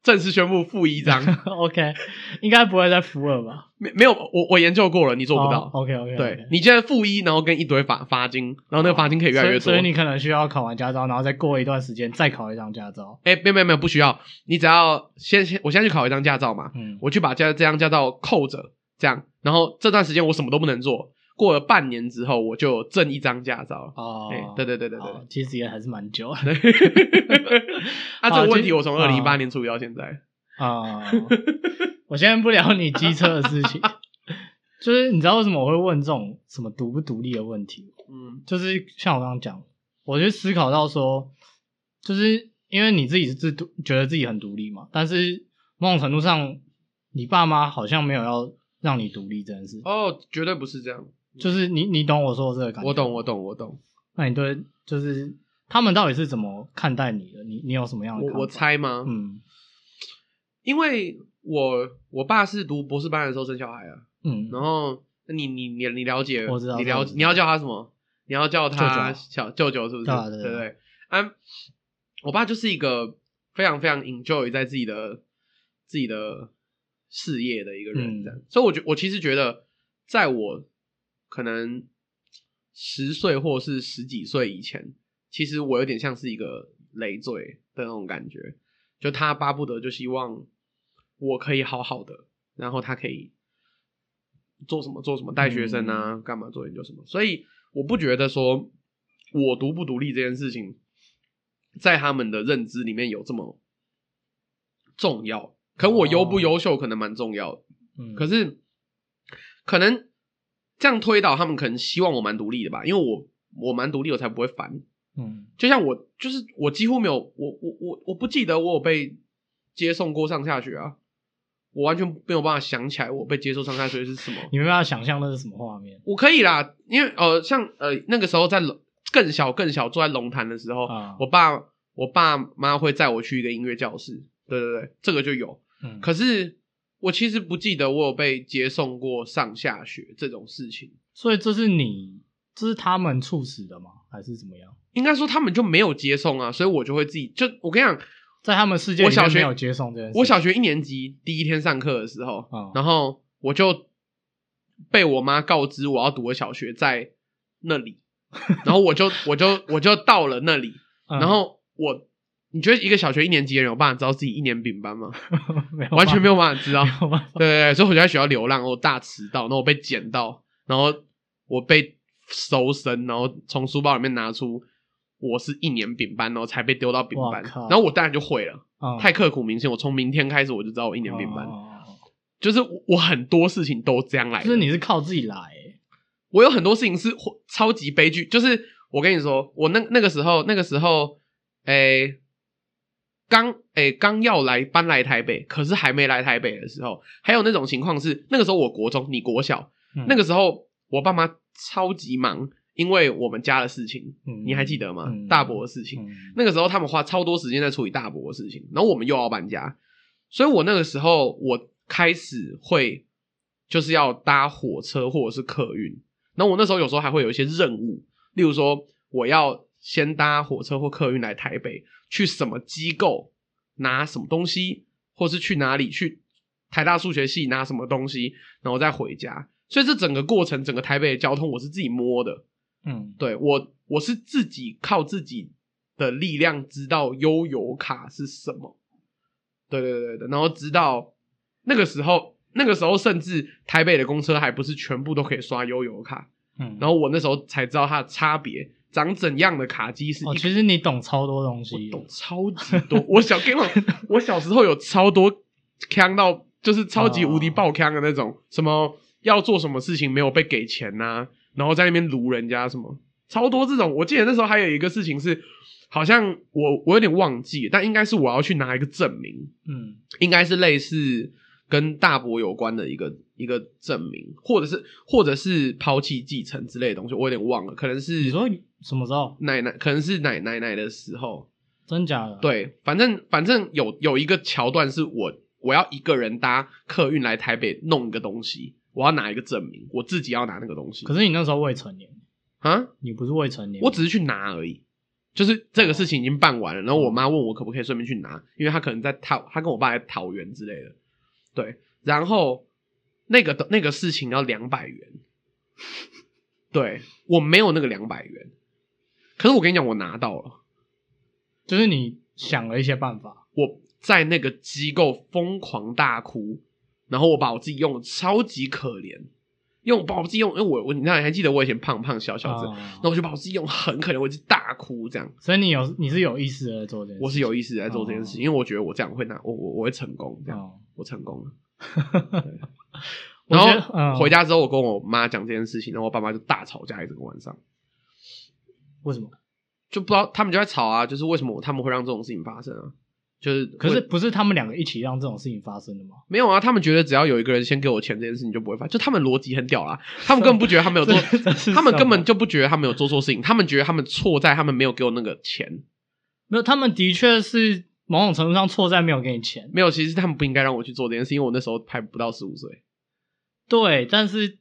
B: 正式宣布负一张，
A: ，OK，应该不会再负二吧？哦
B: 没没有，我我研究过了，你做不到。
A: ，OK OK，
B: 对你现在负一，然后跟一堆罚罚金，然后那个罚金可以越来越多。
A: 所以，所以你可能需要考完驾照，然后再过一段时间再考一张驾照。
B: 哎，没有没有没有，不需要，你只要先先，我现在去考一张驾照嘛，
A: 嗯，
B: 我去把驾这张驾照扣着，这样，然后这段时间我什么都不能做，过了半年之后我就挣一张驾照了。
A: 哦
B: 哎，，对对对对
A: 好
B: 对。
A: 其实也还是蛮久的
B: 啊，这
A: 好
B: 个问
A: 其
B: 题
A: 实
B: 我从二零一
A: 啊
B: 八年处理到现在。
A: 啊。我现在不聊你机车的事情， 就是你知道为什么我会问这种什么独不独立的问题吗
B: 嗯
A: 就是像我刚刚讲，我就思考到说，就是因为你自己是自独，觉得自己很独立嘛，但是某种程度上，你爸妈好像没有要让你独立这件事，
B: 哦，绝对不是这样。
A: 就是你你懂我说的这个感觉，
B: 我懂，我。懂，我懂。
A: 那你对就是他们到底是怎么看待你的？你你有什么样的看法？
B: 我我，猜吗？
A: 嗯
B: 因为我我爸是读博士班的时候生小孩啊。
A: 嗯，
B: 然后那你你你你了解，
A: 我知道
B: 你
A: 我
B: 了
A: 知道
B: 你要叫他什么？你要叫他
A: 舅舅
B: 小舅舅是不是？
A: 对啊对
B: 对
A: 啊
B: 不
A: 对
B: 对。啊，我爸就是一个非常非常 enjoy 在自己的自己的事业的一个人，
A: 嗯
B: 这样。所以我觉我其实觉得，在我可能十岁或是十几岁以前，其实我有点像是一个累赘的那种感觉，就他巴不得就希望我可以好好的，然后他可以做什么做什么，带学生啊，干嘛做研究什么。所以我不觉得说我独不独立这件事情，在他们的认知里面有这么重要。可能我优不优秀可能蛮重要的，
A: 嗯
B: 可是可能这样推导，他们可能希望我蛮独立的吧，因为我我蛮独立，我才不会烦。
A: 嗯
B: 就像我，就是我几乎没有，我我我我不记得我有被接送过上下学啊，我完全没有办法想起来我被接送上下学是什么。
A: 你没办法想象那是什么画面
B: 我可以啦，因为呃，像呃那个时候在龙更小更小坐在龙潭的时候，
A: 啊，
B: 我爸我爸妈会载我去一个音乐教室，对对对，这个就有。
A: 嗯
B: 可是我其实不记得我有被接送过上下学这种事情，
A: 所以这是你这是他们促使的吗？还是怎么样？
B: 应该说他们就没有接送啊，所以我就会自己就我跟你讲，
A: 在他们世界里
B: 我小
A: 面
B: 学
A: 没有接送这件事，
B: 我小学一年级第一天上课的时候，
A: 嗯
B: 然后我就被我妈告知我要读的小学在 那里，然后我就我就我就到了那里，
A: 嗯
B: 然后我。你觉得一个小学一年级的人有办法知道自己一年丙班 吗？
A: 没有
B: 完全没
A: 有
B: 有办法知 道。
A: 没有办法
B: 对对对，所以我就在学校流浪，我大迟到，然后我被捡到，然后我被搜身，然后从书包里面拿出我是一年丙班，然后才被丢到丙班
A: 哇，靠
B: 然后我当然就会了，
A: 嗯
B: 太刻骨铭心，我从明天开始我就知道我一年丙班，
A: 哦哦哦
B: 就是我我很多事情都这样来的，
A: 嗯就是你是靠自己来欸，
B: 我有很多事情是超级悲剧，就是我跟你说，我那那个时候，那个时候，诶、刚诶刚要来搬来台北，可是还没来台北的时候，还有那种情况是，那个时候我国中，你国小，
A: 嗯
B: 那个时候我爸妈超级忙，因为我们家的事情，
A: 嗯
B: 你还记得吗？
A: 嗯
B: 大伯的事情，
A: 嗯
B: 那个时候他们花超多时间在处理大伯的事情，然后我们又要搬家，所以我那个时候我开始会就是要搭火车或者是客运，然后我那时候有时候还会有一些任务，例如说我要先搭火车或客运来台北，去什么机构拿什么东西，或是去哪里去台大数学系拿什么东西，然后再回家。所以这整个过程，整个台北的交通我是自己摸的，
A: 嗯，
B: 对我，我是自己靠自己的力量知道悠游卡是什么。对对对对，然后直到那个时候，那个时候甚至台北的公车还不是全部都可以刷悠游卡，
A: 嗯，
B: 然后我那时候才知道它的差别，长怎样的卡机是一
A: 哦，其实你懂超多东
B: 我
A: 西，
B: 懂超级 多。我小跟我我小时候有超多坑到，就是超级
A: 哦
B: 无敌爆坑的那种，什么要做什么事情没有被给钱呐、然后在那边撸人家什么，超多这种。我记得那时候还有一个事情是，好像我我有点忘记，但应该是我要去拿一个证明，
A: 嗯
B: 应该是类似跟大伯有关的一个一个证明，或者是或者是抛弃继承之类的东西，我有点忘了，可能是
A: 你说什么时候？
B: 奶奶，可能是奶奶奶的时候。
A: 真假的？，
B: 对，反正反正有有一个桥段是我我要一个人搭客运来台北弄一个东西，我要拿一个证明，我自己要拿那个东西。
A: 可
B: 是
A: 是你那时候未成年，
B: 啊，
A: 你不是未成年，
B: 我只是去拿而已，就是这个事情已经办完了。然后我妈问我可不可以顺便去拿，因为她可能在桃，她跟我爸在桃园之类的。对，然后那个那个事情要两百元，对我没有那个两百元，可是我跟你讲，我拿到了。
A: 就是你想了一些办法，
B: 我在那个机构疯狂大哭，然后我把我自己用的超级可怜，用把我自己用，因为我我你那还记得我以前胖胖小小子，
A: 啊
B: 然后我就把我自己用得很可怜，我就大哭这样。
A: 所以你有你是啊有意识的做这件事，哦
B: 我是有意识地在做这件事情，因为我觉得我这样会拿我我我会成功，这样、
A: 哦，
B: 我成功了。
A: 我
B: 然
A: 觉得啊嗯
B: 后回家之后，我跟我妈讲这件事情，然后我爸妈就大吵架一整个晚上，
A: 为什么？
B: 就不知道他们就在吵啊，就是为什么他们会让这种事情发生啊？就是
A: 可
B: 会
A: 是不是他们两个一起让这种事情发生的吗？
B: 没有啊，他们觉得只要有一个人先给我钱，这件事情就不会发，就他们逻辑很屌啦，他们根本呃不觉得他们有做
A: 这这 是，
B: 他们
A: 什么
B: 根本就不觉得他们有做错事情，他们觉得他们错在他们没有给我那个钱，
A: 没有，他们的确是某种程度上错在没有给你钱，
B: 没有，其实他们不应该让我去做这件事，因为我那时候还不到十五岁，
A: 对，但是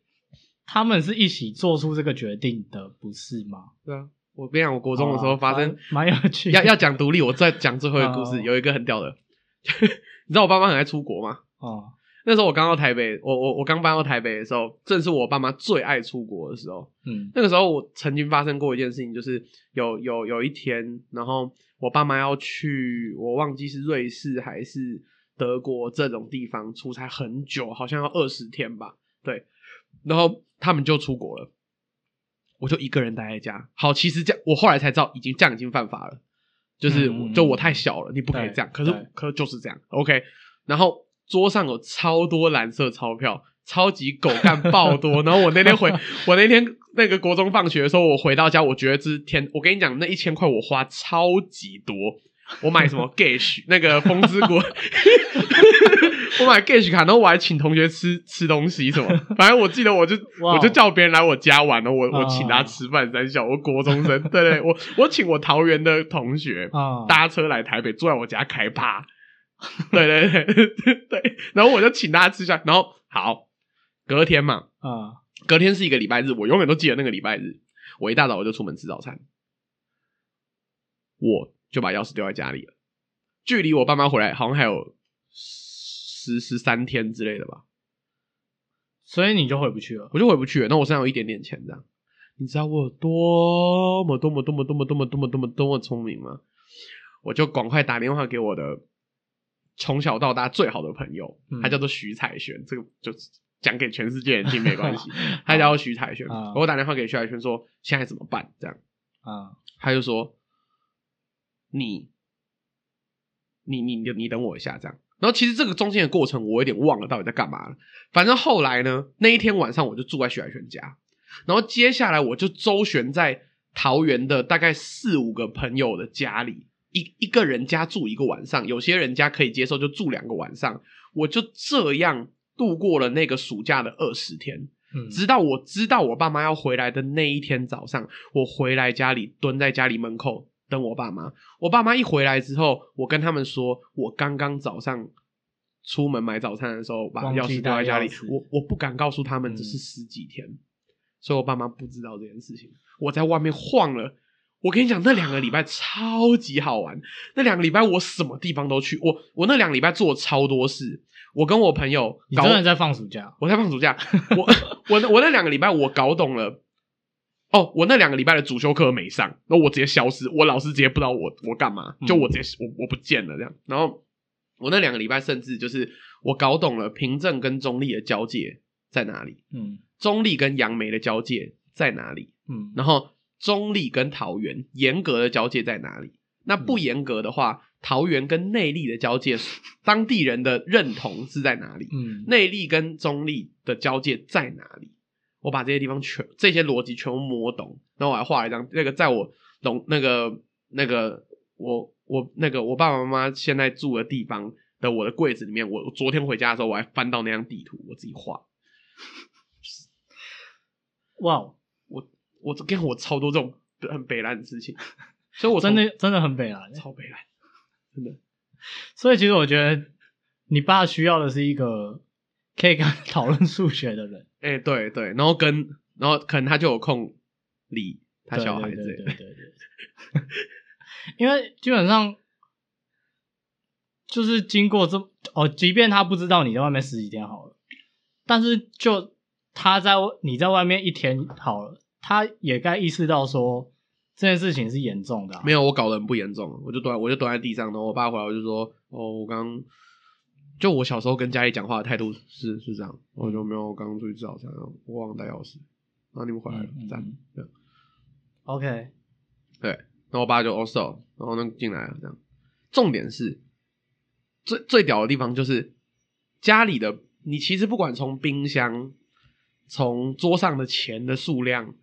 A: 他们是一起做出这个决定的，不是吗？
B: 对啊，我跟你讲，我国中的时候
A: 哦
B: 发生，
A: 蛮蛮有趣的
B: 要要讲独立，我再讲最后一个故事，
A: 哦
B: 有一个很屌的， 你知道我爸妈很爱出国吗？
A: 哦，
B: 那时候我刚到台北，我我我刚搬到台北的时候，正是我爸妈最爱出国的时候，
A: 嗯
B: 那个时候我曾经发生过一件事情，就是有有有一天，然后我爸妈要去，我忘记是瑞士还是德国这种地方出差很久，好像要二十天吧，对，然后他们就出国了，我就一个人待在家。好，其实这样我后来才知道，已经这样已经犯法了，就是、
A: 嗯嗯
B: 就我太小了，你不可以
A: 对
B: 这样。可是
A: 对
B: 可就是这样，OK。然后桌上有超多蓝色钞票，超级狗干爆 多。然后我那天回， 我那天那个国中放学的时候，我回到家，我觉得这是天，我跟你讲，那一千块我花超级多。我买什 么 Gage 那个风之谷， 我买 Gage 卡，然后我还请同学吃吃东 西什么，反正我记得我就
A: 哇
B: 我就叫别人来我家玩了，我我
A: 啊
B: 请他吃饭三小，我国中生，对对，我我请我桃园的同学
A: 啊，
B: 搭车来台北，坐在我家开趴， 对对对对，然后我就请大家吃下，然后好，隔天嘛，
A: 啊
B: 隔天是一个礼拜日，我永远都记得那个礼拜日。我一大早我就出门吃早餐，我就把钥匙丢在家里了。距离我爸妈回来好像还有十十三天之类的吧，
A: 所以你就回不去了。
B: 我就回不去了。那我身上有一点点钱，这样你知道我有多么多么多么多么多么多么多么多么聪明吗？我就赶快打电话给我的从小到大最好的朋友，
A: 嗯
B: 他叫做徐彩璇，这个就讲给全世界人听没关系。他叫徐彩轩，
A: 啊
B: 我打电话给徐彩轩说现在怎么办？这样，
A: 啊，
B: 他就说你，你你你你等我一下这样。然后其实这个中间的过程我有点忘了到底在干嘛了。反正后来呢，那一天晚上我就住在徐彩轩家，然后接下来我就周旋在桃园的大概四五个朋友的家里，一一个人家住一个晚上，有些人家可以接受就住两个晚上，我就这样度过了那个暑假的二十天。
A: 嗯
B: 直到我知道我爸妈要回来的那一天早上，我回来家里蹲在家里门口等我爸妈。我爸妈一回来之后，我跟他们说，我刚刚早上出门买早餐的时候，把
A: 忘记
B: 钥匙丢在家里
A: 带钥匙。
B: 我我不敢告诉他们
A: 嗯
B: 这是十几天，所以我爸妈不知道这件事情。我在外面晃了。我跟你讲，那两个礼拜超级好玩。那两个礼拜我什么地方都去，我我那两个礼拜做超多事。我跟我朋友
A: 你
B: 搞
A: 真的在放暑假？
B: 我在放暑假，我我那我那两个礼拜我搞懂了。哦，我那两个礼拜的主修课没上，那我直接消失，我老师直接不知道我我干嘛，就我直接我我不见了这样。然后我那两个礼拜甚至就是我搞懂了平镇跟中立的交界在哪里，
A: 嗯
B: 中立跟杨梅的交界在哪里，
A: 嗯，
B: 然后中立跟桃园严格的交界在哪里？那不严格的话，桃园跟内力的交界，当地人的认同是在哪里？
A: 嗯，
B: 内力跟中力的交界在哪里？我把这些地方全这些逻辑全部摸懂，然后我还画了一张那个在我懂那个那个我我那个我爸爸妈妈现在住的地方的我的柜子里面，我我昨天回家的时候我还翻到那张地图，我自己画。
A: 哇哦，
B: 我跟我超多这种很北烂的事情，所以我
A: 我真
B: 从
A: 的真的很北蓝。
B: 超北烂。
A: 所以其实我觉得你爸需要的是一个可以跟他讨论数学的人，
B: 哎、对对，然后跟然后可能他就有空理 他
A: 对
B: 小孩
A: 对
B: 之类
A: 对
B: 的
A: 对对对对， 因为基本上就是经过这哦，即便他不知道你在外面十几天好了，但是就他在你在外面一天好了，他也该意识到说这件事情是严重的、啊，
B: 没有，我搞得很不严重，我就蹲，我就蹲在地上，然后我爸回来我就说，哦，我刚就我小时候跟家里讲话的态度是是这样，我
A: 嗯
B: 就没有，我刚刚出去吃早餐，我忘了带钥匙，然后你们回来了，
A: 嗯嗯
B: 这样，
A: 嗯
B: 这样，
A: OK，
B: 然后我爸就哦是哦，然后呢进来了，这样。重点是最最屌的地方就是家里的，你其实不管从冰箱，从桌上的钱的数量，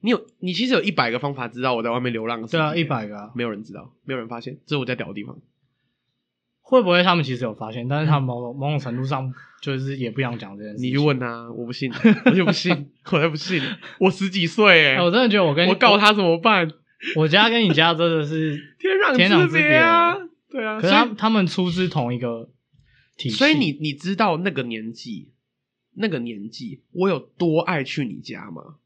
B: 你有你其实有一百个方法知道我在外面流浪，
A: 对啊，一。百个、啊、
B: 没有人知道，没有人发现，这是我在屌的地方。
A: 会不会他们其实有发现，但是他们某某种程度上就是也不想讲这件事情。
B: 嗯你去问他，我不信，我就 不信，我才不信，我十几岁哎、
A: 哎、我真的觉得我跟
B: 我告他怎么办？
A: 我家跟你家真的是，
B: 天壤
A: 天壤之
B: 之别啊
A: 别！
B: 对 啊，
A: 可是他他们出自同一个体系，
B: 所以所以你你知道那个年纪，那个年纪我有多爱去你家吗？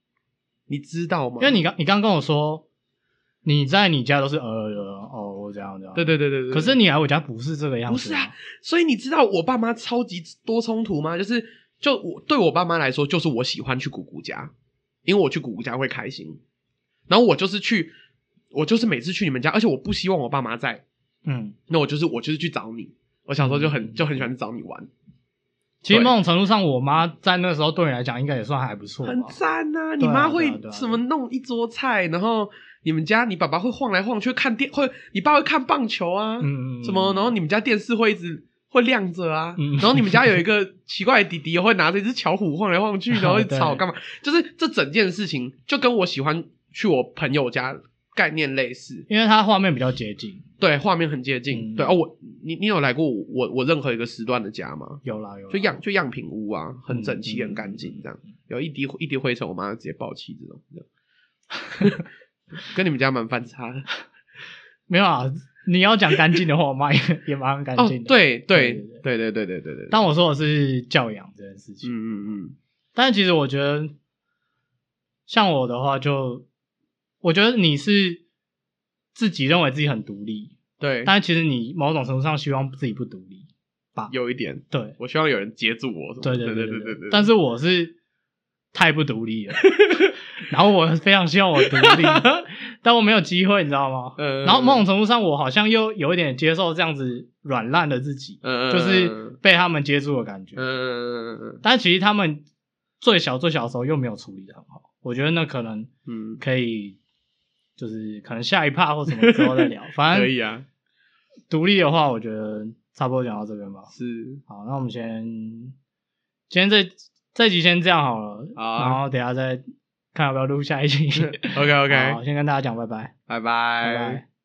B: 你知道吗？
A: 因为你刚你刚跟我说你在你家都是呃呃哦我这样这样，
B: 对对对对对，
A: 可是你来我家不是这个样
B: 不
A: 子
B: 是
A: 啊，
B: 啊，所以你知道我爸妈超级多冲突吗？就是就我对我爸妈来说，就是我喜欢去姑姑家，因为我去姑姑家会开心。然后我就是去，我就是每次去你们家，而且我不希望我爸妈在，
A: 嗯，
B: 那我就是我就是去找你。我小时候就很就很喜欢找你玩，
A: 其实
B: 对
A: 某种程度上，我妈在那时候对你来讲应该也算还不错吧
B: 很，赞呐、
A: 啊
B: 你妈会
A: 对啊对啊
B: 什么弄一桌菜，然后你们家你爸爸会晃来晃去看电，会你爸会看棒球啊，
A: 嗯嗯，嗯
B: 什么，然后你们家电视会一直会亮着啊，
A: 嗯
B: 然后你们家有一个奇怪的弟弟会拿着一只巧虎晃来 晃去，然后
A: 哦对
B: 吵干嘛？就是这整件事情就跟我喜欢去我朋友家概念类似，
A: 因为它画面比较接近，
B: 对，画面很接近。
A: 嗯
B: 对哦，我你你有来过我我我任何一个时段的家吗？
A: 有啦有啦，
B: 就样就样品屋啊，很整齐、
A: 嗯
B: 很干净，这样有一滴一滴灰尘，我妈直接爆气这种，这样跟你们家蛮反差的。
A: 没有啊，你要讲干净的话，我妈也 也蛮干
B: 哦
A: 净，的，，
B: 对对
A: 对
B: 对对对对对对，
A: 但我说的是教养这件事情
B: 嗯，嗯嗯。
A: 但其实我觉得，像我的话就，我觉得你是自己认为自己很独立，
B: 对，
A: 但其实你某种程度上希望自己不独立。
B: 有一点，
A: 对，
B: 我希望有人接住我什么。
A: 对对对
B: 对对
A: 对
B: 对。
A: 但是我是太不独 立了，然后我非常希望我独立，但我没有机会，你知道吗？
B: 嗯
A: 然后某种程度上，我好像又有一点接受这样子软烂的自己，
B: 嗯
A: 就是被他们接住的感
B: 呃
A: 觉。
B: 嗯
A: 但其实他们最小最小的时候又没有处理的很好，我觉得那可能
B: 嗯，
A: 可以，就是可能下一趴或什么时候再 聊。反
B: 可
A: 正
B: 以啊，
A: 独立的话，我觉得差不多讲到这边吧。
B: 是
A: 好，那我们先，今天这这集先这样好了，
B: 好啊
A: 然后等一下再看要不要录下一集。
B: OK
A: 好，
B: OK，
A: 先跟大家讲拜拜，
B: 拜
A: 拜
B: 拜
A: 拜。